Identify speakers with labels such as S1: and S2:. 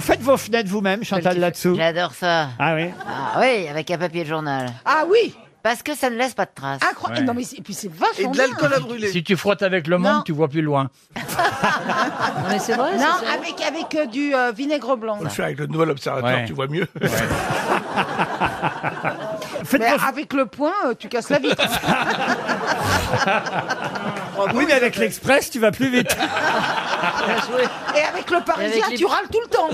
S1: faites vos fenêtres vous-même, Chantal, là-dessous
S2: J'adore ça.
S1: Ah oui
S2: Ah oui, avec un papier de journal.
S3: Ah oui
S2: Parce que ça ne laisse pas de traces.
S3: Incroyable
S4: Ouais.
S3: Non mais c'est- et puis c'est vachement
S5: Et de
S3: bien.
S5: l'alcool à brûler.
S4: Si tu frottes avec le monde,
S3: Non.
S4: tu vois plus loin.
S6: Non, mais c'est vrai,
S3: Non,
S6: c'est ça.
S3: avec, avec euh, du euh, vinaigre blanc.
S5: On le fait avec le nouvel observateur,
S4: Ouais.
S5: tu vois mieux.
S1: Faites
S3: Mais
S1: vos-
S3: avec le poing, euh, tu casses la vitre.
S1: Oui, mais avec l'Express, tu vas plus vite.
S3: Et avec le parisien,
S6: les-
S3: tu râles tout le temps.